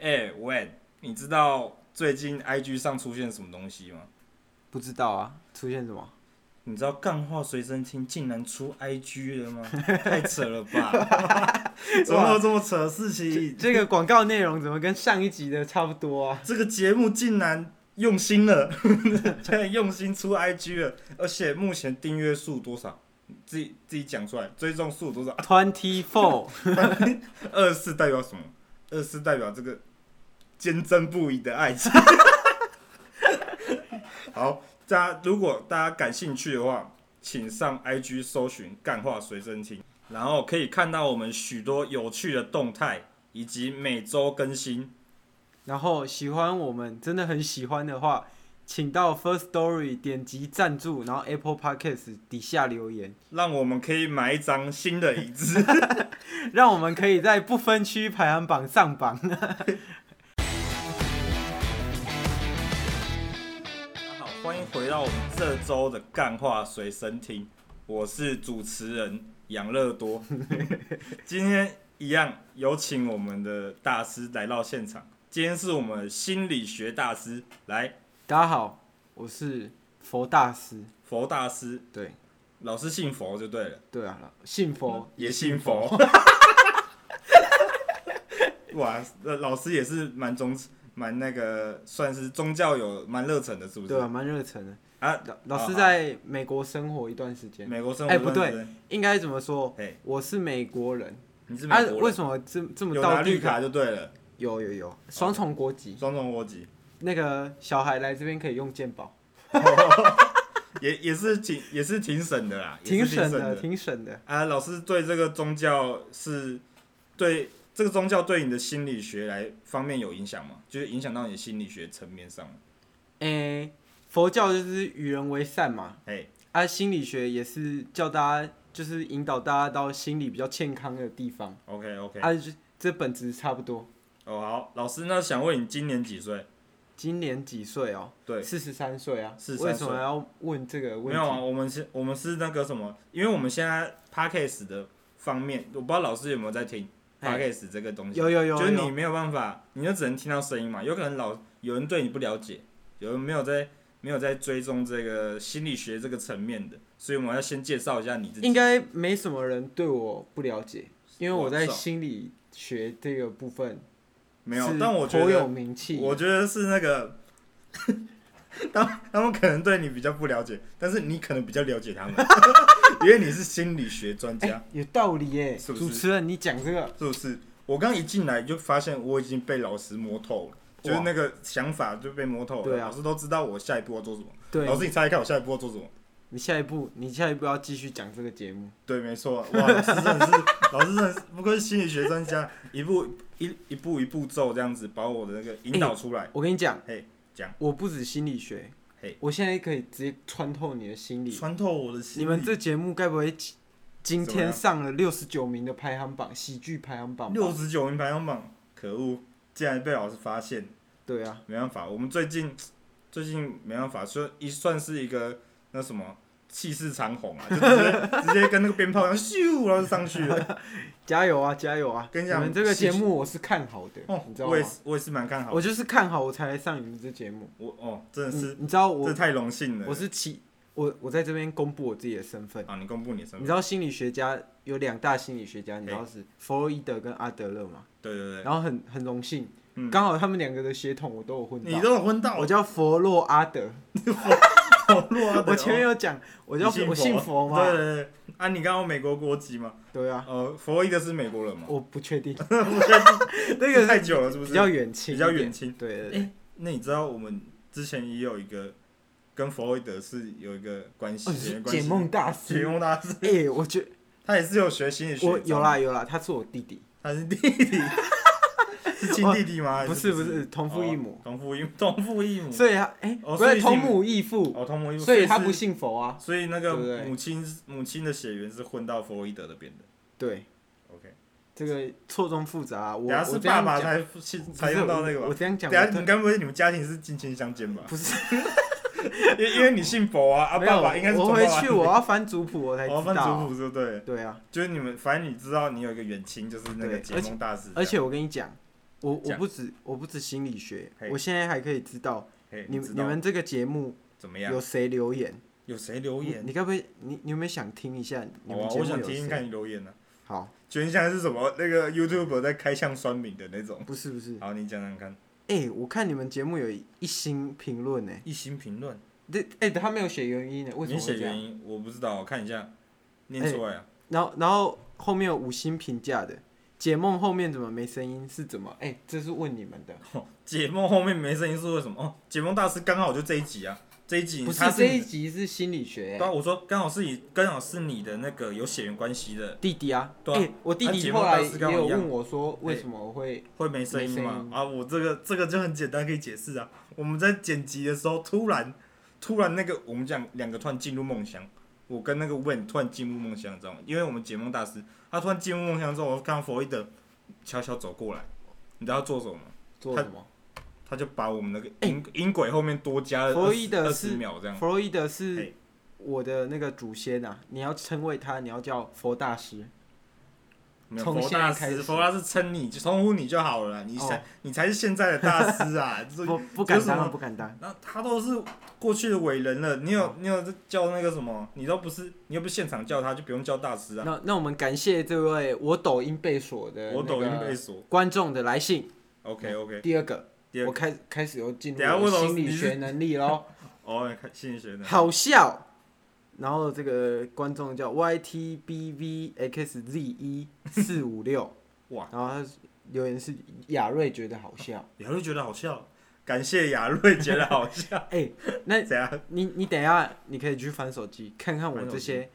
哎、w e d 你知道最近 IG 上出现什么东西吗？不知道啊，出现什么？你知道干话随身听竟然出 IG 了吗？太扯了吧！怎么会有这么扯的事情？这个广告内容怎么跟上一集的差不 多啊？这个节目竟然用心了， 竟然用心出 IG 了，而且目前订阅数多少？你自己自己讲出来，追踪数多少？ Twenty Four， 二十四代表什么？二十四代表这个坚贞不移的爱情。好，大家如果大家感兴趣的话，请上 IG 搜寻“干话随身听”，然后可以看到我们许多有趣的动态，以及每周更新。然后喜欢我们，真的很喜欢的话，请到 First Story 点击赞助，然后 Apple Podcast 底下留言，让我们可以买一张新的椅子。让我们可以在不分区排行榜上榜。 好，欢迎回到我们这周的干话随身听，我是主持人杨乐多。 今天一样有请我们的大师来到现场，今天是我们心理学大师，来大家好，我是佛大师。佛大师，对老师信佛就对了，对啊，信佛也信佛。 哇，那老师也是蛮忠蛮那个，算是宗教有蛮热忱的，是不是？对啊，蛮热忱的。啊，老老师好在美国生活一段时间，美国生活哎不对认识，应该怎么说嘿？我是美国人。你是美啊，国为人，什么这这么有到拿地绿卡就对了。有有有，双重国籍。双重国籍，那个小孩来这边可以用健保，也也是挺也是挺省的啦，也是挺挺省省的，挺省的。啊，老师对这个宗教是对这个宗教对你的心理学来方面有影响吗？就是影响到你的心理学层面上吗？诶、佛教就是与人为善嘛，哎，啊，心理学也是叫大家，就是引导大家到心理比较健康的地方， OK OK，啊，就这本质差不多。哦好，老师那想问你今年几岁？今年几岁哦？对，四十三岁啊。 43为什么要问这个没问有啊，题？我们是我们是那个什么，因为我们现在 podcast 的方面，我不知道老师有没有在听嘿 podcast 这个东西，有有有就是有你没有办法，你就只能听到声音嘛。有可能老有人对你不了解，有人没有在没有在追踪这个心理学这个层面的，所以我们要先介绍一下你自己。应该没什么人对我不了解，因为我在哇是哦心理学这个部分没有是，但我觉颇有得名气。我觉得是那个， 他他们可能对你比较不了解，但是你可能比较了解他们， 因为你是心理学专哎、家，有道理耶、是不是主持人，你讲这个，是不是？我刚一进来就发现我已经被老师摸透了。就是那个想法就被摸透了，对啊老师都知道我下一步要做什么。对，老师，你猜一看我下一步要做什么？你下一步，你下一步要继续讲这个节目。对，没错，哇，老师真的是，老师真的是不愧是心理学专家，一步一一步一步骤这样子把我的那个引导出来。我跟你讲，嘿讲，我不止心理学嘿，我现在可以直接穿透你的心理。穿透我的心你理。们这节目该不会今今怎么天样上了六十九名的排行榜，喜剧排行榜吧？六十九名排行榜，可恶，竟然被老师发现，对啊，没办法，我们最近最近没办法，说一算是一个那什么气势长虹啊，就直接直接跟那个鞭炮一样咻，然后就上去 了。加油啊，加油啊！跟你讲们这个喜剧节目我是看好的，哦你，知道吗我也？是我也是蛮看好我的，就是看好我才来上你们这节目。我哦，真的你是，你知道这嗯我太荣幸了。我是其我我在这边公布我自己的身份。啊，你公布你的身你份，知道心理学家有两大心理学家，你知道哎是弗洛伊德跟阿德勒吗？对对对，然后很很荣幸哎嗯，刚好他们两个的血统我都有混你到。都有昏到，我叫佛洛阿德，好弱啊！我前面有讲，我叫你我信佛嘛，对对对，啊，你刚刚有美国国籍嘛？对啊，呃，弗洛伊德是美国人嘛？我不确 定，那那个太久了，是不比是？较远亲，比较远亲，对对对哎，那你知道我们之前也有一个跟弗洛伊德是有一个关系哦，的你是关系解梦大解师，梦大师，哎，我觉他也是有学心理学，我有，啦有啦，他是我弟弟，他是弟弟，是亲弟弟 吗？还不是是不不是，同父异哦，母同父异母，同父异母，所以他哎，哦不所是以同你母异父，哦，同母异母，所以他是不，信佛啊，所以那对不对个母亲母亲的血缘是混到弗洛伊德那边的对， ，OK。这个错综复杂啊，我等下是我这爸样爸讲。才才用到那个不是我我吧？这样等讲，下我你该不会你们家庭是近亲相间吧？不是，因因为你姓佛啊，啊 没有爸爸应该是我从回爸爸 去我要翻族谱，我才哦知翻道族。谱是不对，对啊，就是你们反正你知道你有一个远亲，就是那个对结盟大师这样，而且我跟你讲，我我讲不止我不止心理学嘿，我现在还可以知道嘿，你知你道们这个节目怎么样？有谁留言？有谁留你言？你该不会你你有没有想听一下你好们啊，节我目想有听听谁？看你留言呢、啊。好，觉得像是什么那个 YouTube 在开箱酸敏的那种。不是不是，好，你讲讲看。哎，我看你们节目有一星评论呢，一星评论，这哎他没有写原因呢，为什你么写会这原样？因我不知道，我看一下，念出来啊。然后然后后面有五星评价的，解梦后面怎么没声音？是怎么？哎，这是问你们的，哦解梦后面没声音是为什么？哦，解梦大师刚好就这一集啊，这一集不是他这你一集是心理对学欸啊，我说刚好是你，刚好是你的那个有血缘关系的，弟弟啊，对啊哎我弟啊弟解后梦大来师跟也我有一样问我说为什么我会会没声音没声吗？音啊，我这个这个就很简单可以解释啊。我们在剪辑的时候，突然突然那个我们讲两个突然进入梦乡，我跟那个 Wen 突然进入梦乡，你知道吗？因为我们解梦大师他突然进入梦乡之后，我看到弗洛伊德悄悄走过来，你知道他做什么吗？做他什么？他就把我们那个音音轨后面多加了弗洛伊德二哎是十秒这样。弗洛伊德是嘿我的那个祖先啊，你要称谓他，你要叫佛大师。没有从佛现大在开师，始佛大师称你就称呼你就好了啦，你才、哦你才是现在的大师啊！ 就是不不这敢是当什啊，么不敢当。那他都是过去的伟人了，你有、哦你有叫那个什么，你都不是，你又不是现场叫他，就不用叫大师啊。那那我们感谢这位我抖音被锁的我抖音被锁锁观众的来信。 ，OK OK。第二个第二，个我开开始又进入等一下我为什么心理你是学能力喽，哦，你看心理学的，好笑。然后这个观众叫 YTBVXZ 一 E 四五六， 哇，然后他留言是雅瑞觉得好 笑。雅瑞觉得好笑，感谢雅瑞觉得好 笑。哎，那怎样？你你等一下，你可以去翻手机看看我翻手这机些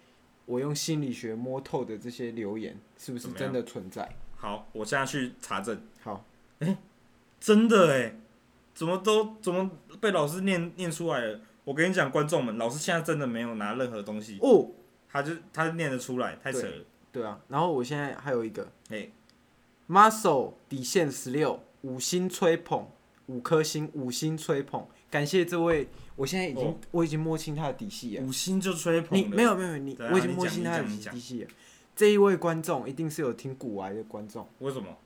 我用心理学摸透的这些留言是不是怎么真的存在。好，我现在去查证，好，真的哎，怎么都怎么被老师念念出来了？我跟你讲，观众们，老师现在真的没有拿任何东西，哦，他就他念得出来，太扯了。对啊，然后我现在还有一个哎， muscle 底线十六五星吹捧，五颗星五星吹捧，感谢这位，我现在已经、哦我已经摸清他的底细了。五星就吹捧你了，没有没有你，对啊我已经你摸讲清你他的讲你讲底细了。这一位观众一定是有听古癌的观众。为什么？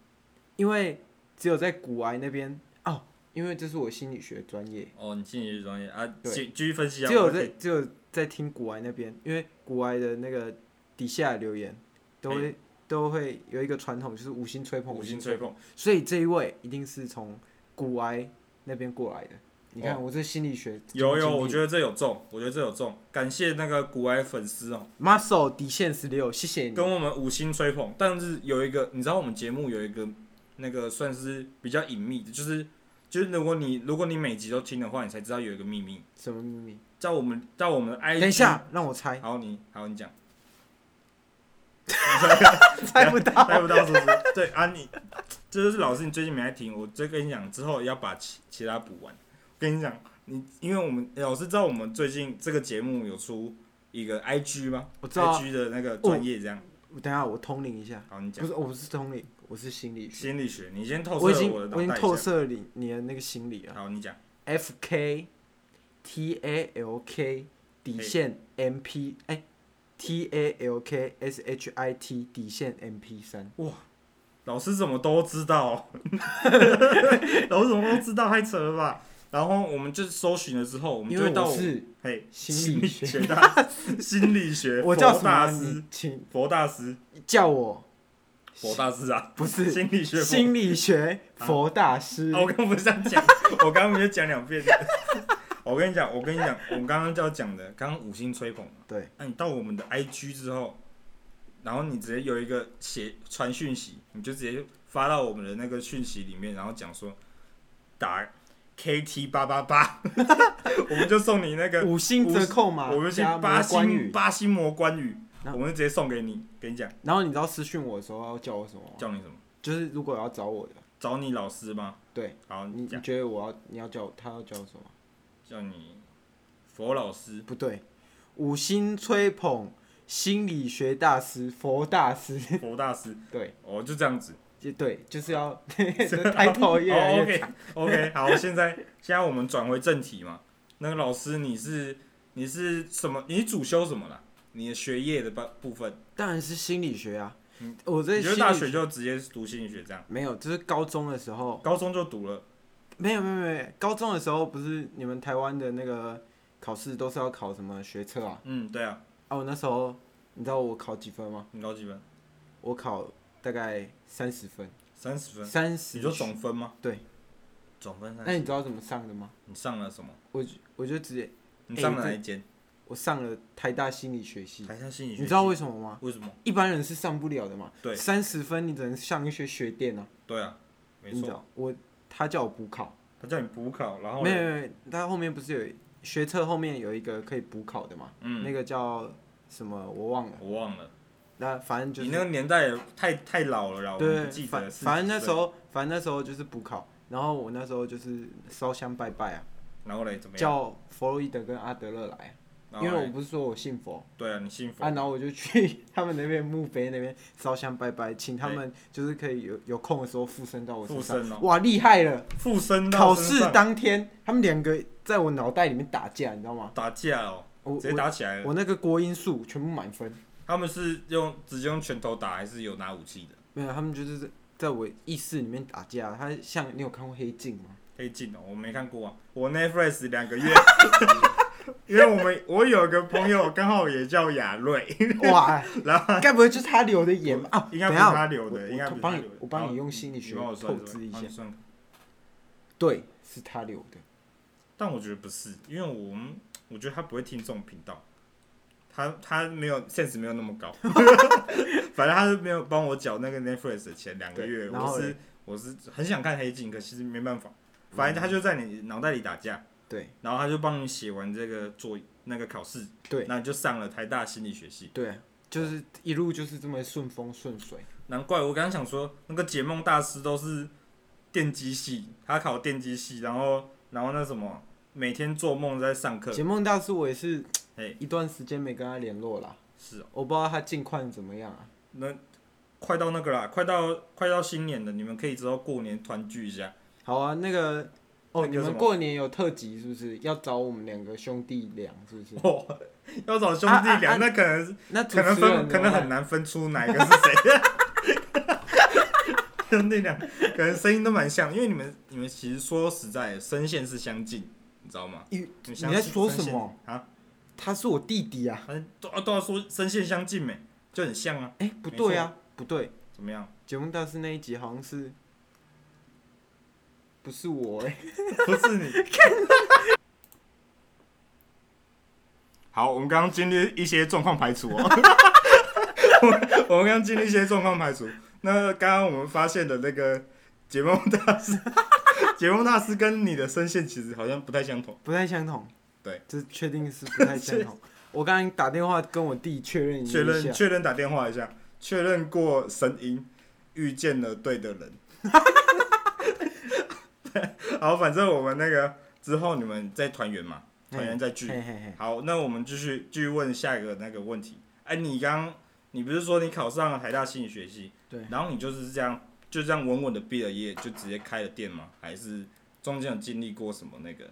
因为只有在骨癌那边哦，因为这是我心理学专业，哦，你心理学专业啊，对继继续分析啊。只有我在可以只有在听骨癌那边，因为骨癌的那个底下留言都会、都会有一个传统，就是五星吹捧，哎五星吹捧，所以这一位一定是从骨癌那边过来的。你看、哦我这心理学有有，我觉得得这有中，我觉得这有中，感谢那个古埃粉丝哦， muscle 底线十六，谢谢你。跟我们五星吹捧。但是有一个，你知道我们节目有一个那个算是比较隐秘的，就是就是如果你如果你每集都听的话，你才知道有一个秘密，什么秘密？在我们在我们的 IG，等一，下，让我猜，好哎你好 你讲，猜不到。猜不到是不是？对啊你，这就是老师你最近没来听，我再跟你讲，之后要把其其他补完。跟你讲，你因为我们老师知道我们最近这个节目有出一个 IG 吗？我知道啊 IG 的那个专业这样。等一下，我通灵一下。好，你不讲是，我不是通灵，我是心理学。心理学，你先透我已彻经我的脑我已经袋透一下。射了你你的那个心理了。好，你讲 F K T A L K 底线 M P 哎、T A L K S H I T 底线 M P 三。老师怎么都知道、 老师怎么都知道，太扯了吧？然后我们就搜寻了之后，我们因就会为到我是嘿心理学学大 师，心理学我叫佛什么大啊？师你，请佛大师，叫我佛大师啊！不是心理学佛心理学佛大师。啊我刚不是这样讲， 我刚刚不就讲两遍 了。我跟你讲，我跟你讲，我刚刚就要讲的，刚刚五星吹捧嘛。对，那、你到我们的 IG 之后，然后你直接有一个写传讯息，你就直接发到我们的那个讯息里面，然后讲说打 KT 八八八， 我们就送你那个，五星折扣码，我们去加八魔关星羽。八星魔关羽，那我们就直接送给你。跟你讲，然后你知道私讯我的时候要叫我什么吗？叫你什么？就是如果要找我的，找你老师吗？对，好，你你你讲，觉得我要你要叫他要叫我什么？叫你佛老师。不对，五星吹捧心理学大师佛大师，佛大师， 对，哦，就这样子。就对，就 是要这抬头越来越 o k 哦 OK，好，现在现在我们转回正题嘛。那个老师，你是你是什么？你主修什么啦？你的学业的部部分，当然是心理学啊，嗯我在你觉心得理大学就直接读心理学这样？没有，就是高中的时候，高中就读了，没有没有没有，高中的时候不是你们台湾的那个考试都是要考什么学测啊？嗯，对啊，啊，我那时候你知道我考几分吗？你高几分？我考大概三十分，三十分。三十。你说总分吗？对。总分三那十。你知道怎么上的吗？你上了什么？我我就直接你上了哎哪一间？我上了台大心理学系，台下心理学系。你知道为什么吗？为什么？一般人是上不了的嘛。对三十分你只能上一学学电啊。对啊，没你知错。啊道我他叫我补考，他叫你补考，然后没呢有没有，没有他后面不是有学测后面有一个可以补考的嘛？嗯，那个叫什么我忘了，我忘了。那反正就是你那个年代也太太老了啦，我们对不记，得反了。反正那40时候，反正那时候就是补考，然后我那时候就是烧香拜拜啊，岁，然后嘞怎么样？叫弗洛伊德跟阿德勒来，然因后为嘞我不是说我信佛对啊，你信哦哎佛啊，然后我就去 他们那边墓碑那边烧香拜拜，请他们就是可以有有空的时候附身到我身哎附身哦上，哇，厉害了！附身到考身试上当天，他们两个在我脑袋里面打架，你知道吗？打架哦，我直接我打起来了。我那个国音数全部满分，他们是用直接用拳头打，还是有拿武器的？没有，他们就是在我意识里面打架。他像你有看过《黑镜》 吗？黑镜哦，我没看过啊，我 Netflix 两个月， 因为我们我有个朋友刚好也叫亚瑞，哇，然该不会就是他留的言吧？啊，应该不等一是下他留我的，应该我不是他帮留你的，。我帮好你用心理学你帮我算透算支一帮下你，算对，是他留的。但我觉得不是，因为我们我觉得他不会听这种频道，他他没有 sense 没有那么高， 反正他是没有帮我缴那个 Netflix 的钱两个月，对然后我是嘞嗯我是很想看黑镜，可是没办法，反正他就在你脑袋里打架，对然后他就帮你写完这个作那个考试，对那你就上了台大心理学系，对，啊就是一路就是这么顺风顺水。难怪我刚刚想说那个解梦大师都是电机系，他考电机系，然后然后那什么每天做梦在上课，解梦大师，我也是嘿一段时间没跟他联络啦，是哦。我不知道他近况怎么样啊。那快到那个啦，快到快到新年了，你们可以之后过年团聚一下。好啊，那个那哦，个你什们 么过年有特辑是不是？要找我们两个兄弟俩是不是？哦，要找兄弟俩，啊啊啊那可能是那主可能持人分可能很难。难分出哪一个是谁。 兄弟俩可能声音都蛮像，因为你们你们其实说实在的声线是相近，你知道吗？咦你你在说什么啊？他是我弟弟啊！反正都都要说声线相近没，就很像啊。哎，不没对啊，不对，怎么 样？解梦大师那一集好像是不是我哎、不是你。 好，我们刚刚经历一些状况排除哦。 我我们刚刚经历一些状况排除。那刚刚我们发现的那个解梦大师， 解梦大师跟你的声线其实好像不太相同。不太相同。对，这确定是不太相 同。我刚刚打电话跟我弟确认一确认下，确认打电话一下，确认过声音，遇见了对的人。 好，反正我们那个之后你们再团圆嘛，团圆再聚。嘿嘿嘿，好，那我们继续继续问下一个那个问题。哎、你刚你不是说你考上了台大心理学系，对，然后你就是这样就这样稳稳的毕了业，就直接开了店吗？还是中间有经历过什么那个，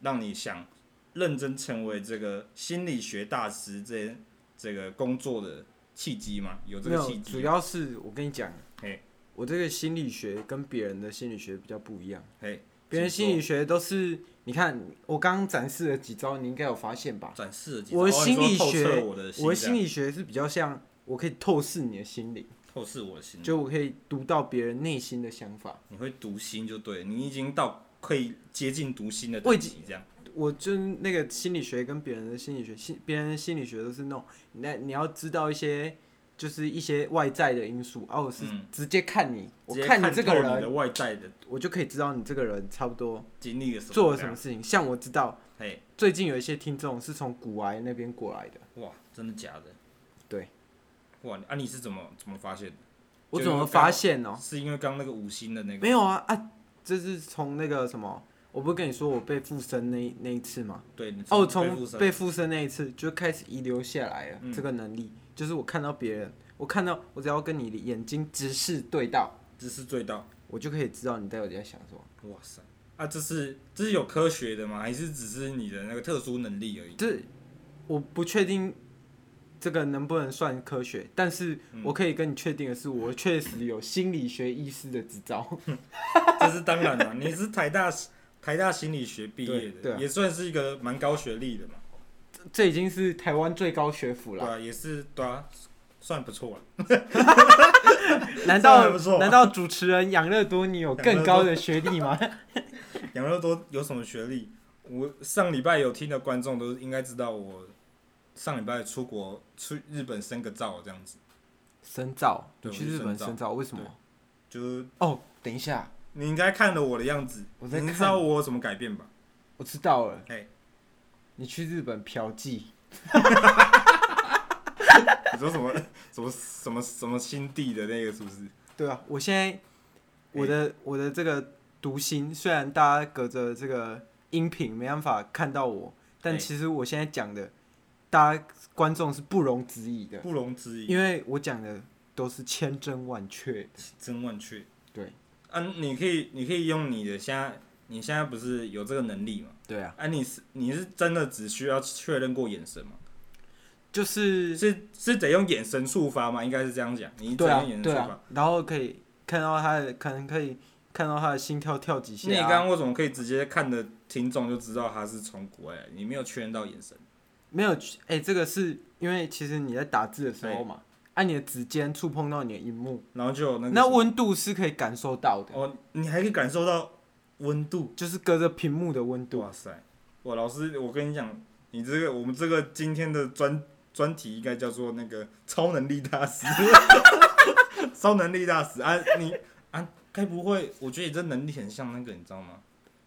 让你想认真成为这个心理学大师这这个工作的契机吗？有这没个有契，机？主要是我跟你讲嘿，我这个心理学跟别人的心理学比较不一样，嘿，别人请心理学都是你看我刚刚展示了几招，你应该有发现吧说？展示了几我的招哦心你说理透学彻我的心我的这心样理学是比较像，我可以透视你的心灵，透视我的心，就我可以读到别人内心的想法。你会读心就对了，你已经到可以接近读心的我已等级这样。我就是那个心理学跟别人的心理学，心别人的心理学都是那种，那你要知道一些，就是一些外在的因素。啊，我是嗯直接看你，我直接看你这个透你的人，外在的我就可以知道你这个人差不多经历了什么，做了什么。事情。像我知道嘿，最近有一些听众是从古癌那边过来的，哇，真的假的？对。哇，啊，你是怎么怎么发现的？我就怎因为么刚发现呢、是因为刚那个五星的那个？没有啊啊，这是从那个什么，我不是跟你说我被附身那那一次吗？对，你哦，我附从身被附身那一次就开始遗留下来了、嗯这个能力，就是我看到别人，我看到我只要跟你的眼睛直视对到，只是醉到，我就可以知道你到底在想什么。哇塞！啊，这是这是有科学的吗？还是只是你的那个特殊能力而已？这我不确定这个能不能算科学？但是嗯我可以跟你确定的是，我确实有心理学医师的执照。 这是当然了。你是台大台大心理学毕业对对的，啊也算是一个蛮高学历的嘛，这这已经是台湾最高学府对了。啊，也是对啊，算不错了。难这道还不错难道主持人养乐多你有更高的学历 吗？养乐多有什么学历？我上礼拜有听的观众都应该知道，我上礼拜出国去日本生个照，这样子，深造，你对去我是日本深造深造，为什么对？就是哦，等一下，你应该看了我的样子，我在看你知道我有什么改变吧？我知道了嘿。你去日本嫖妓，你说什么 什么什么什么新地的那个是不是？对啊，我现在我的我的这个读心，虽然大家隔着这个音频没办法看到我，但嘿其实我现在讲的，大家观众是不容置疑的，不容置疑，因为我讲的都是千真万确。真万确。对啊，你可以你可以用你的现在，你现在不是有这个能力嘛？对啊，啊，你是你是真的只需要确认过眼神吗？就是是是得用眼神触发吗？应该是这样讲，你只对能啊用眼神对触发。啊，然后可以看到他的，可能可以看到他的心跳跳几那你下、刚啊。刚为什么可以直接看的听众就知道他是从国外来？你没有确认到眼神，没有，哎、这个是因为其实你在打字的时候嘛，按、你的指尖触碰到你的荧幕，然后就有那个那什么温度是可以感受到的，哦，你还可以感受到温度。就是隔着屏幕的温度。哇塞！哇，老师，我跟你讲，你这个我们这个今天的专专题应该叫做那个超能力大师， 超能力大师啊！你啊，该不会？我觉得你这能力很像那个，你知道吗？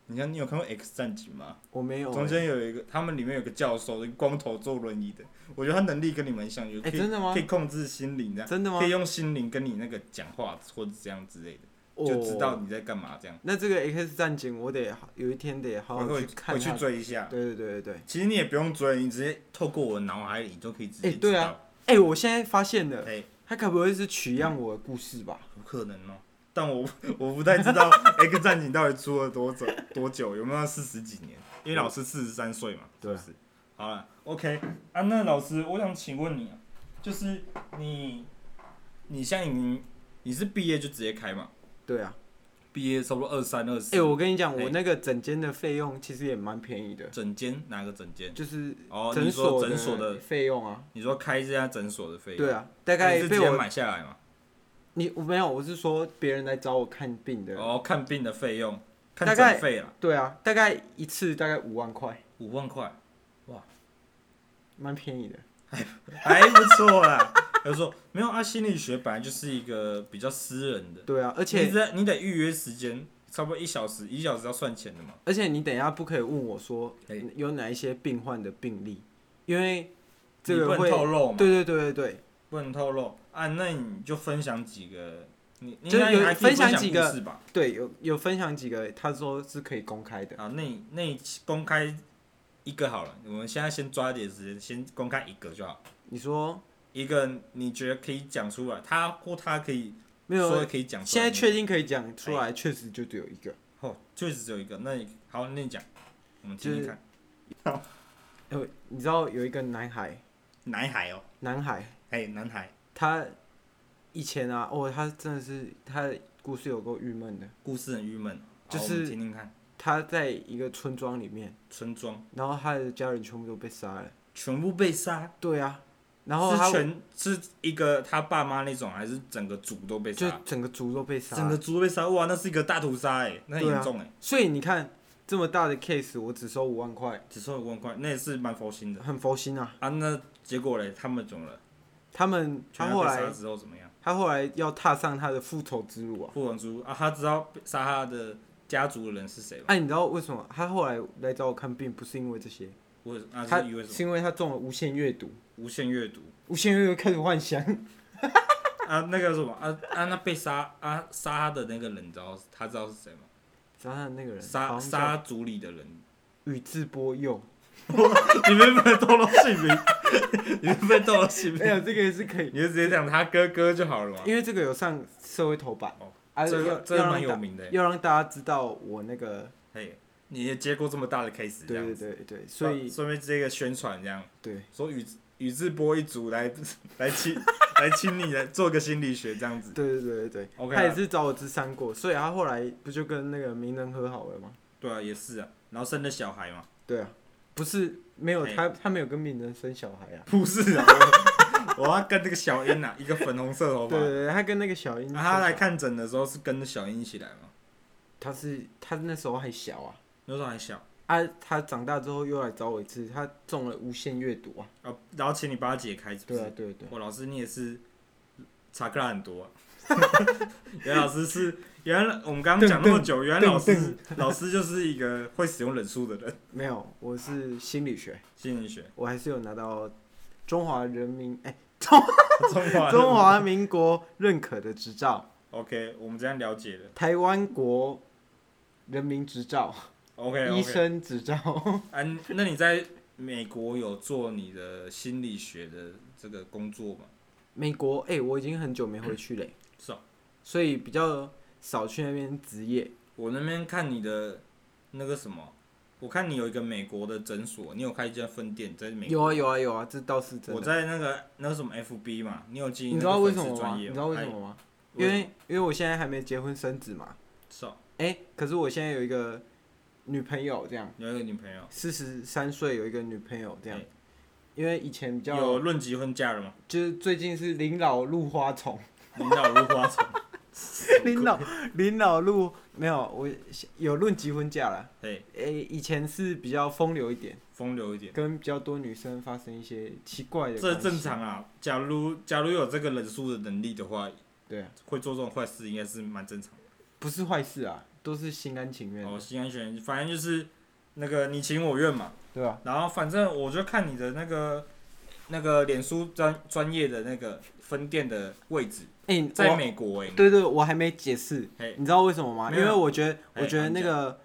你看，你有看过《X 战警》吗？我没有、中欸，间有一个，他们里面有个教授，光头坐轮椅的，我觉得他能力跟你蛮像，有可哎、以、真的吗可？以控制心灵的，真的吗可？以用心灵跟你那个讲话或者这样之类的，就知道哦。你在干嘛这样。那这个 X 战警，我得好有一天得好我好会哦去看回它去。追一下。对对对对对。其实你也不用追，你直接透过我脑海里就可以直接哎知道。对啊，哎、我现在发现了，哎，他该不会是取样我的故事吧？有可能哦，但我 我不太知道 X 战警到底出了多久多久，有没有四十几年？因为老师四十三岁嘛，对是不是？好了，OK 啊，那老师，我想请问你啊，就是你你现在已经你是毕业就直接开嘛？对啊。毕业差不多二三二四。哎、我跟你讲，哎我那个整间的费用其实也蛮便宜的，整间哪个整间？就是哦，诊你说所诊所的，费用啊。你说开这家诊所的费用？对啊，啊，大概是直被接我买下来嘛？你我没有，我是说别人来找我看病的。哦，看病的费用，看大概诊费啦，对啊，大概一次大概五万块，五万块，蛮便宜的。还不错啦。他说 没有啊，心理学本来就是一个比较私人的，对啊，而你且得你得预约时间，差不多一小时，一小时要算钱的嘛。而且你等一下不可以问我说哎有哪一些病患的病例，因为这你个不会能透露嘛，对对对对对，不能透露啊。那你就分享几个，你你就应该有还可以分享享几个故事吧？对有有分享几个，他说是可以公开的。啊，那你那你公开一个好了，我们现在先抓点时间，先公开一个就好。你说一个你觉得可以讲出来，他或他可以没说有？可以讲出现来哎在的。确定可以讲出来，确实就只有一个。哦，确实只有一个。那你好，那你讲，我们听就听是看。呃，你知道有一个男孩，男孩哦，男孩哎，男孩，他以前啊，哦，他真的是他的故事有够郁闷的。故事很郁闷，好就是我们听听看。他在一个村庄里面，村庄然后他的家人全部都被杀了。全部被杀，对啊，然后他是全是一个他爸妈那种，还是整个族都被就杀？整个族都被杀。整个族都被杀，哇，那是一个大屠杀哎，那很对啊严重哎，所以你看这么大的 case，我只收五万块，只收五万块，那也是蛮佛心的很佛心啊。啊。那结果嘞，他们怎么了？他们他全后被杀来之后怎么样？他后来要踏上他的复仇之路啊。傅文珠啊，他知道被杀他的家族的人是谁吗？哎、你知道为什么他后来来找我看病，不是因为这些，我啊他是以为什么？是因为他中了无限阅读，无限阅读无限阅读开始幻想。啊，那个什么啊啊，那被杀啊杀他的那个人，你知道他知道是谁吗？杀他的那个人，杀好像叫杀族里的人，宇智 波鼬，你们不能透露姓名，你们不能透露姓没名，有哎这个也是可以，你就直接讲他哥哥就好了嘛。因为这个有上社会头版哦，啊，这要个这个要让蛮大有名的欸，要让大家知道我那个，嘿，你也接过这么大的 case，这对样对子，对对，所以顺便接个宣传这样，对说宇宇智波一族来 来亲来亲你来做个心理学这样子。对对对对对 OK 啊他也是找我智商过，所以他后来不就跟那个鸣人和好了吗？对啊，也是啊，然后生了小孩嘛。对啊，不是没有哎他，他没有跟鸣人生小孩啊。不是啊，我 我要跟这个小樱啊，一个粉红色头对发。对啊对，他跟那个小樱生小孩、他来看诊的时候是跟着小樱一起来嘛？他是他那时候还小啊，那时候还小啊，他长大之后又来找我一次，他中了无限阅读啊。啊，然后请你帮他解开，是不对是？啊，对对我老师你也是查克拉很多、啊。 袁老师是原来我们刚刚讲那么久，原来老师老师就是一个会使用忍术的人，没有，我是心理学，心理学，我还是有拿到中华 人民哎、中华 中华民国认可的执照， OK，我们这样了解了。台湾国人民执照， OK 医 OK，生执照。啊，那你在美国有做你的心理学的这个工作吗？ 美国哎、我已经很久没回去嘞、是哦，所以比较少去那边执业。我那边看你的那个什么，我看你有一个美国的诊所，你有开一间分店在美国。有啊有啊有啊，这倒是真我的。在那个那个什么 FB 嘛，你有经营你知那道个为粉什么丝吗？专你业知道为什哎么吗？为因什么为因为我现在还没结婚生子嘛。是哦，哎、可是我现在有一个女朋友，这样你有一个女朋友，四十三岁有一个女朋友这样。哎因为以前比较有论及婚嫁了吗？就是最近是临老入花丛， 领导如花丛，临老临老入没有我有论及婚嫁了。对，诶、以前是比较风流一点，风流一点，跟比较多女生发生一些奇怪的，这正。常啊。假如假如有这个忍术的能力的话，对啊，会做这种坏事应该是蛮正常的。不是坏事啊，都是心甘情愿的，哦，心安全，反正就是那个你情我愿嘛。对吧、然后反正我就看你的那个那个脸书专专业的那个分店的位置，诶、在我美国哎、对对，我还没解释，嘿你知道为什么吗？没因有哎为我觉得，嘿我觉得你那个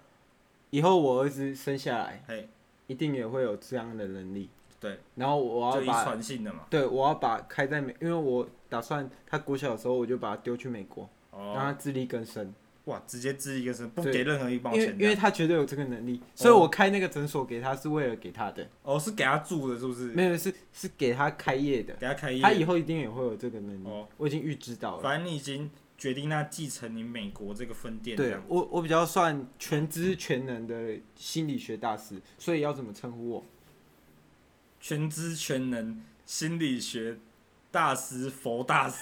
以后我儿子生下来，嘿，一定也会有这样的能力。对，然后我就要遗把，传性的嘛。对，我要把开在美，因为我打算他国小的时候我就把他丢去美国，让哦，他自力更生，哇，直接治一个生，不对给任何一毛因为钱因的。为他绝对有这个能力，所以我开那个诊所给他是为了给他的，哦，是给他住的，是不是？没有是是给他开业的，给他开业。他以后一定也会有这个能力，哦，我已经预知到了。反正你已经决定那继承你美国这个分店这对啊样。我，我比较算全知全能的心理学大师，所以要怎么称呼我？全知全能心理学大师佛大 师，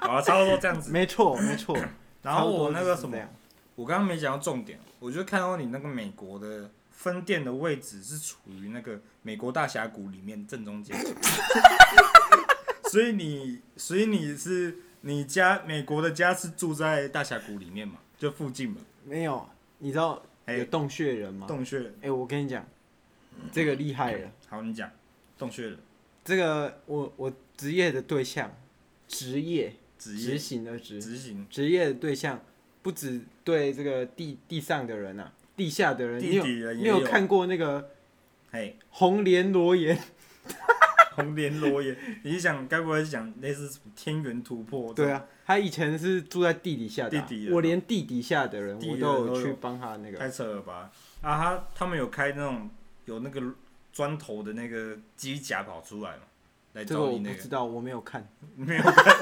好啊，差不多这样子。没错，没错。 然后我那个差什不多就是这么，样，我刚刚没讲到重点，我就看到你那个美国的分店的位置是处于那个美国大峡谷里面正中间， 所以你所以你是你家美国的家是住在大峡谷里面嘛，就附近嘛，没有，你知道哎有洞穴人吗？洞嗯穴人。哎、我跟你讲，这个厉害了。好，你讲洞穴人这个我我职业的对象，职业职执业行的职，执行职业的对象不止对这个地地上的人啊，地下的人，你地有底人你也有看过那个嘿，红莲罗岩？红莲罗耶，你是想该不会是讲类似什么天元突破？对，啊，他以前是住在地底下的啊、地底人啊我连地底下的人地我底人都都有去有帮他那个。太扯了吧！啊，他他们有开那种有那个砖头的那个机甲跑出来嘛，来这个找我你不那知个，道，我没 有看。没有看，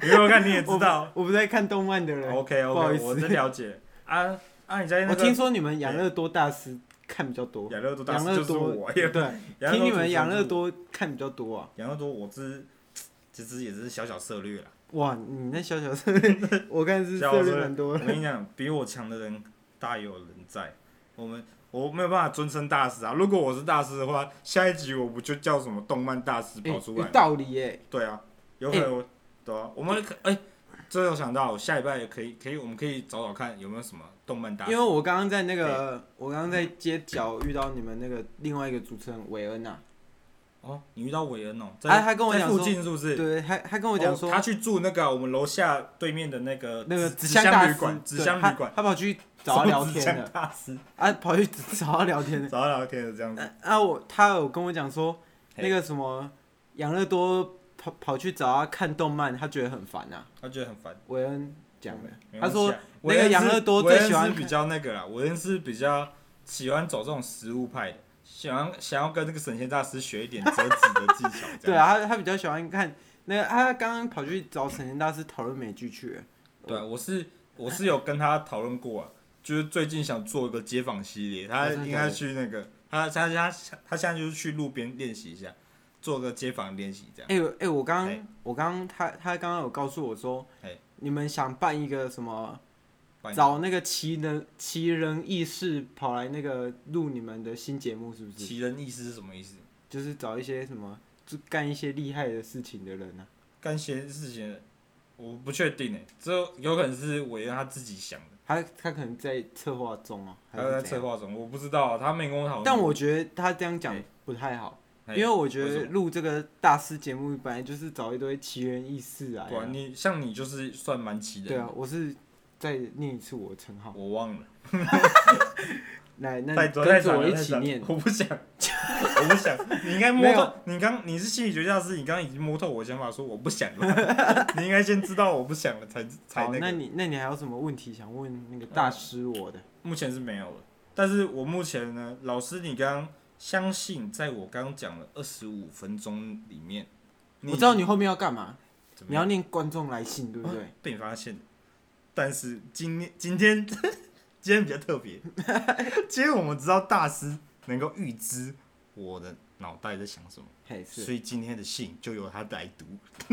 没有看你也知道。我不在看动漫的人。 OK 不好意 OK，思我真了解啊啊！你在那我哦听个说你们养乐多大师看比较多，养乐多大养师乐就是多我，对，养乐多 听你们土养乐生土多看比较多啊。养乐多，我是其实也是小小策略啦。哇，你那小小 策略，我看是小策小略策略蛮多我的。跟你讲，比我强的人大有人在。我们我没有办法尊称大师啊。如果我是大师的话，下一集我不就叫什么动漫大师哎跑出有来吗？道理耶，对啊，有可能我、对啊，我们可哎、这有想到，我下礼拜也可以可以，我们可以找找看有没有什么动漫大因为师。我刚刚在那个，我刚刚在街角遇到你们那个另外一个主持人韦恩啊，哦，你遇到韦恩哦，在、哎他跟我在讲附说近是不是？对，他他跟我讲哦说他去住那个我们楼下对面的那个那个纸香大旅师馆，，纸对箱他旅馆，他跑去找他聊纸天箱的，大师啊，跑去找他聊天的。找他聊天的这样子。啊啊，我他有跟我讲说，嘿那个什么养乐多跑跑去找他看动漫，他觉得很烦啊。他觉得很烦。韦恩讲的，没他关系啊说那韦恩个是养乐多最喜韦欢恩是比较那个啦，我认是比较喜欢走这种实物派的，想要想要跟这个神仙大师学一点折纸的技巧。 对，啊，他他比较喜欢看那个，他刚刚跑去找神仙大师讨论美剧去了。对啊，我是我是有跟他讨论过啊，就是最近想做一个街访系列，他哦真的应假该的去那个，他他他他现在就是去路边练习一下，做个街访练习这样。哎、我哎、我刚哎我刚他他刚刚有告诉我说，哎你们想办一个什么？帮你找那个奇人奇人异事跑来那个录你们的新节目是不是？奇人异事是什么意思？就是找一些什么就干一些厉害的事情的人啊。干些事情的我不确定诶、这有可能是委员他自己想的，他他可能在策划中啊，还还有在是怎策样？划中，我不知道啊，他没跟我讨论。但我觉得他这样讲哎不太好，哎因为我觉为什得么录这个大师节目本来就是找一堆奇人异事啊。对啊，你像你就是算蛮奇人的，对啊，我是再念一次我的称号，我忘了，来，那太你多跟太着长我了一太起长了念。我不想，我不想，你应该摸 没有透，你刚你是心理学家是，你刚刚已经摸透我的想法，说我不想了， 你应该先知道我不想了才才好，那个，那你那你还有什么问题想问那个大师我的？目前是没有了，但是我目前呢，老师你刚刚相信在我刚刚讲了二十五分钟里面，嗯我知道你后面要干嘛，怎么你样要念观众来信，对不对？被你发现了，但是今天今天 今天比较特 别，今天我们知道大师能够预知我的脑袋在想什么，嘿，是所以今天的信就由他来读，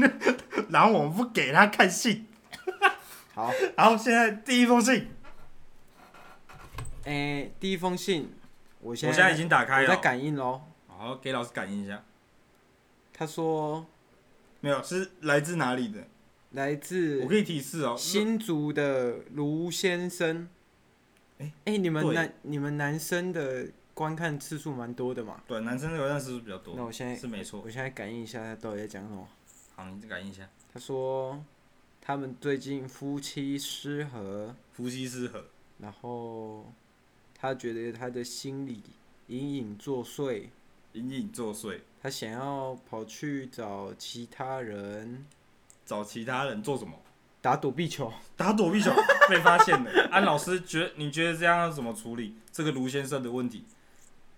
然后我们不给他看信， 好。然后现在第一封信，诶、第一封信，我我现现在在已经打开我在了，哦感应喽。好给老师感应一下，他说没有是来自哪里的？来自我可以提示哦，新竹的卢先生。诶诶、你们对男你们男生的观看次数蛮多的嘛？对男生的流量是不是比较多？那我现在是没错，我现在感应一下他到底在讲什么。好，你感应一下，他说他们最近夫妻失和，夫妻失和，然后他觉得他的心理隐隐作祟，隐隐作祟，他想要跑去找其他人找其他人做什么？打躲避球。打躲避球 被发现了。安老师觉得你觉得这样要怎么处理这个卢先生的问题？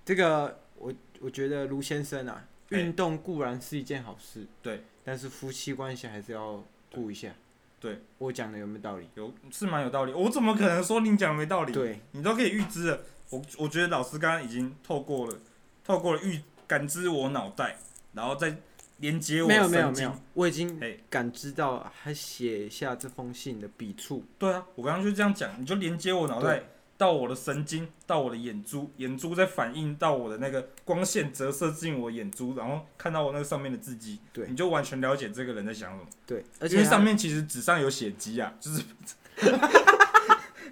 这个我我觉得卢先生啊，嘿运动固然是一件好事，哎对，但是夫妻关系还是要顾一下。对，我讲的有没有道理？有是蛮有道理，我怎么可能说你讲没道理？对，你都可以预知了。我我觉得老师刚刚已经透过了，透过了预感知我脑袋，然后再连接我没有的没有神没经。，有哎我已经嘿感知到他写下这封信的笔触。对啊，我刚刚就这样讲，你就连接我脑袋对到我的神经，到我的眼珠，眼珠再反映到我的那个光线折射进我眼珠，然后看到我那个上面的字迹，对你就完全了解这个人在想什么。对，而因且为上他面其实纸上有血迹啊， 就是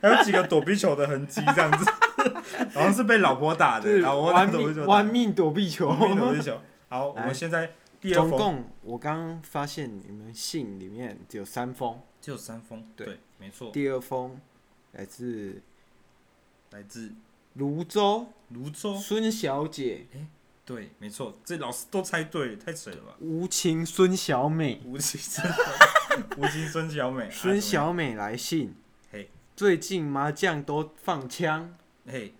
还有几个躲避球的痕迹这样子，好像是被老婆打就的，是然后我玩躲避球命打，玩命躲避球。玩命躲避球。好，我来们现在第二总封共我刚发现你们信里面只有三封，只有三封，对对，没错，第二封来自来自泸州泸州，孙小姐。 对，没错，这老师都猜对了，太扯了吧？无情孙小 美，吴奇孙，吴奇孙小美，啊孙，小美来信嘿，最近麻将都放枪，怎么样嘿，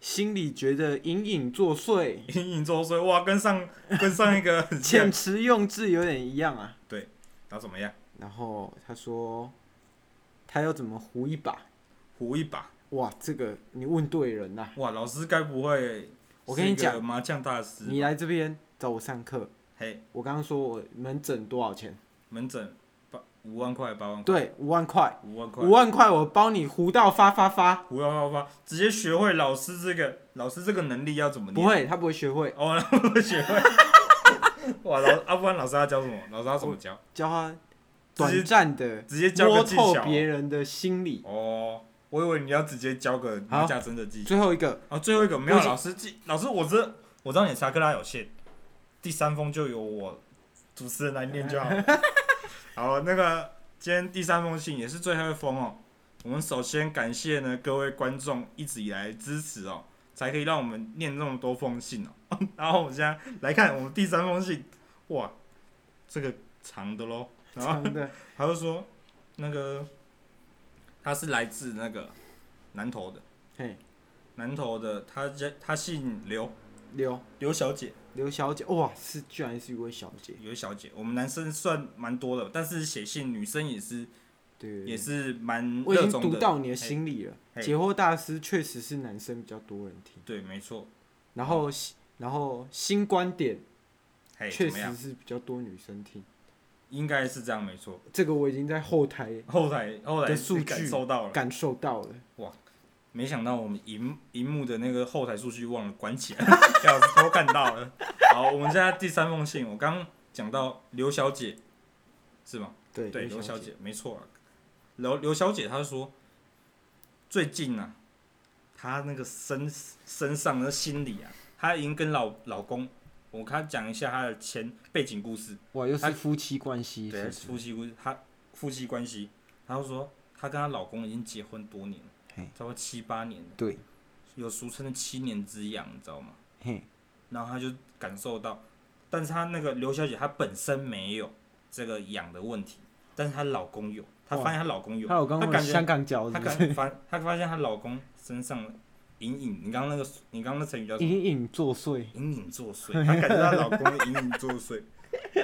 心里觉得隐隐作 祟，隐隐作祟，哇，跟上跟上一个很像遣，词用字有点一样啊。然后怎么样？然后他说，他要怎么胡一把？胡一把，哇，这个你问对人啦、哇，老师该不会，我跟你讲，麻将大师吧，你来这边找我上课，嘿，我刚刚说我门诊多少钱？门诊八五万块，八万块，对，五万块，五万块五，万块我帮你胡到发发发。五万块八，直接学会老师这个老师这个能力要怎么念？不会，他不会学会，哦，不 学会。哇，老啊阿不然老师他教什么？老师他怎么教？教他直接短暂的直接教摸个技透巧别人的心理。哦。我以为你要直接教个好拿架真的技巧。最后一 个，然后啊最后一个没有我已经老师记，老师我知我知道你查克拉有限，第三封就由我主持人来念就 好了。好，那个今天第三封信也是最后一封哦。我们首先感谢呢各位观众一直以来的支持哦，才可以让我们念那么多封信哦。 然后我们现在来看我们第三封信，哇，这个长的喽。然后长的，他就说那个他是来自那个南投的，嘿，南投的，她叫她姓刘，刘刘小姐，刘小姐，哇，是居然是一位小姐，刘小姐。我们男生算蛮多的，但是写信女生也是对，也是蛮我已热经衷读的。到你的心里了。嘿解惑大师确实是男生比较多人听，对，没错。然嗯后然后新观点嘿，哎怎确么样实？是比较多女生听。应该是这样，没错。这个我已经在后台后来后来的是数据感受到了，感受到了。没想到我们荧荧幕的那个后台数据忘了关起来，要是偷看到了。好，我们现在第三封信，我刚讲到刘小姐，是吗？对对，刘小小，姐，没错啊。刘刘小姐她说，最近啊，她那个身身上的心理啊，她已经跟老老公，我跟她讲一下她的前背景故事，哇，又她是夫妻关系，对，是夫不是妻关她夫妻关系，她就说她跟她老公已经结婚多年了嘿，差不多七八年了，对，有俗称的七年之痒，你知道吗？嘿，然后她就感受到，但是她那个刘小姐她本身没有这个痒的问题，但是她老公有，她发现她老公有，她老公她我感觉香港脚她是不感是发她发现她老公身上隐隐，你刚刚那个你刚刚那成语叫什么？隐隐作祟，隐隐作祟，她感觉她老公隐隐作 祟，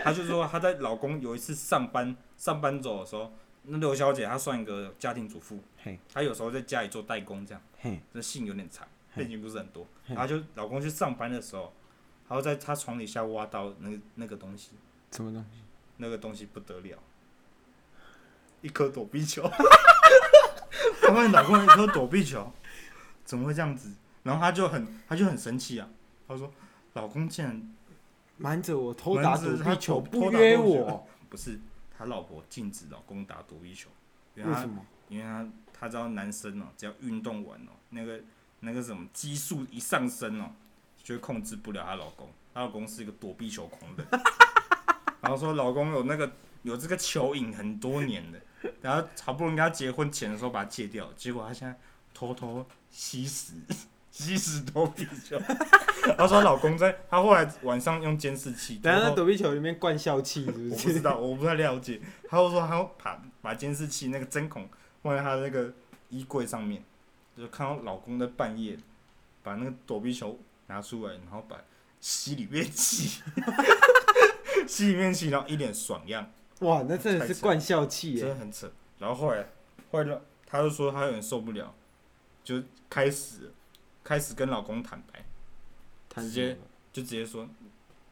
她就说她在老公有一次上班上班走的时候，那刘小姐她算一个家庭主妇，嘿，她有时候在家里做代工这样。嘿，这信有点长，嘿背景不是很多。嘿然后就老公去上班的时候，还要在他床底下挖到那个那个东西，什么东西？那个东西不得了，一颗躲避球。他问老公一颗躲避 球，怎么会这样子？然后他就很他就很生气啊，他说：“老公竟然瞒着我偷打躲瞒着她避偷球，偷不打啊约躲避球我，不是他老婆禁止老公打躲避球，为因为他什么？因为他他知道男生哦、只要运动完哦、那个那个什么激素一上升哦、就会控制不了她老公。她老公是一个躲避球狂人， 然后说老公有那个有这个球瘾很多年的，然后好不容易跟他结婚前的时候把它戒掉，结果他现在偷偷吸食 吸食躲避球。 她说老公在，她后来晚上用监视器，等下偷那偷躲避球里面灌笑气是不我不知是？道，我不太了解。他就说他把把监视器那个针孔放在他那个衣柜上面，就看到老公在半夜把那个躲避球拿出来，然后把吸里面气， 吸里面气，然后一脸爽样，哇，那真的是灌笑气真耶！的很扯。然后后来后来他就说他有点受不了，就开始开始跟老公坦白，直接就直接说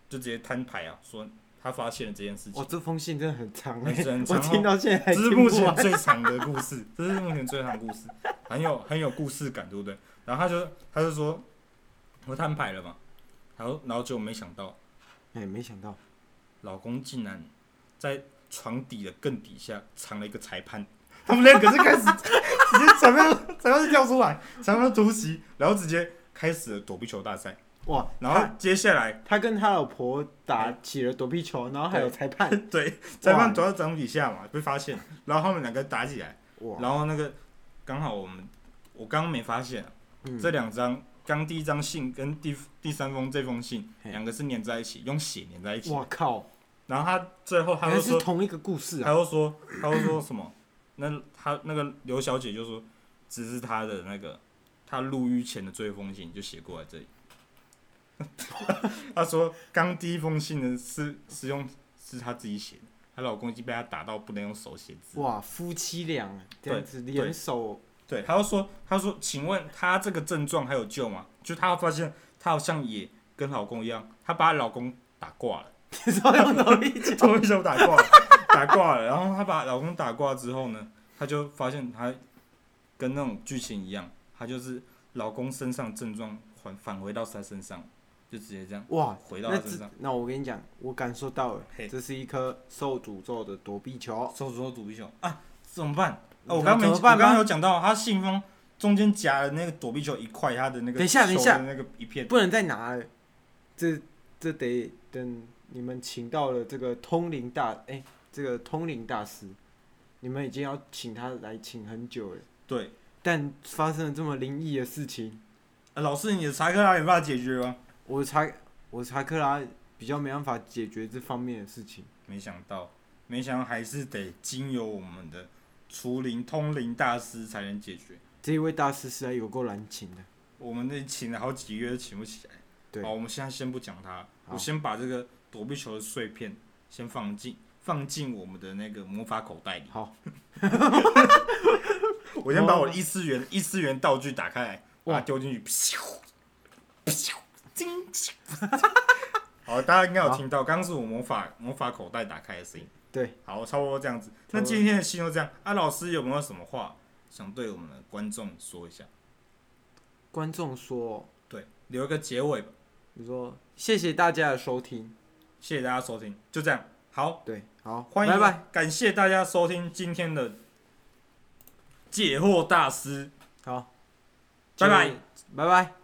就直接摊牌啊，说他发现了这件事情哇，。这封信真的很长哎很长，我听到现在还这是听目不前完。最长的故事，这是目前最长的故事，很有很有故事感，对不对？然后他就他就说，我摊牌了嘛，然后然后就没想到，哎，没想到，老公竟然在床底的更底下藏了一个裁判，他们两个就开始 直接裁判裁判就跳出来，裁判突袭，然后直接开始了躲避球大赛，哇，然后接下来他跟他老婆打起了躲避球，然后还有裁判，对裁判躲到床底下嘛被发现，然后他们两个打起来。哇，然后那个刚好我们我刚刚没发现、啊嗯这两张，刚第一张信跟第第三封这封信，嘿两个是粘在一起，用血粘在一起。哇靠，然后他最后他原又来是说，同一个故事他啊！又说，他又说什么？那他那个刘小姐就说，只是他的那个他入狱前的最后一封信就写过来这里。 他说，刚第一封信呢是是用是她自己写的，她老公已经被她打到不能用手写字。哇，夫妻俩这样子对联手，对，他就说，他说，请问他这个症状还有救吗？就他发现他好像也跟老公一样，他把她老公打挂了， 你说用躲避球，终于手打挂了，打挂了。然后他把老公打挂之后呢，他就发现他跟那种剧情一样，他就是老公身上症状返返回到他身上，就直接这样 哇，回到那他身上这。那我跟你讲，我感受到了嘿，这是一颗受诅咒的躲避球，手指头躲避球啊，怎么办？啊，你我知道刚没，怎我么办刚吗刚有讲到他信封中间夹了那个躲避球一块，他的那个等一下等一下球的那个一片。不能再拿了，这这得等你们请到了这个通灵大，哎、这个通灵大师，你们已经要请他来请很久了，对，但发生了这么灵异的事情，啊老师，你的查克拉有办法解决吗？我查我查克拉比较没办法解决这方面的事情，没想到，没想到还是得经由我们的除灵通灵大师才能解决。这一位大师实在有够难请的，我们那请了好几个月都请不起来。对好，我们现在先不讲它，好我先把这个躲避球的碎片先放进放进我们的那个魔法口袋里。好， 我先把我的异次哦元异次元道具打开来，把它丢进去，咻，咻，叮，咻 好，大家应该有好听到，刚刚是我魔法魔法口袋打开的声音。对，好，差不多这样子。那差不多今天的戏就这样。啊，老师有没有什么话想对我们的观众说一下？观众说，对，留一个结尾吧。你说谢谢大家的收听，谢谢大家收听，就这样。好，对，好，欢迎，拜拜，感谢大家收听今天的解惑大师。好，拜拜就，拜拜。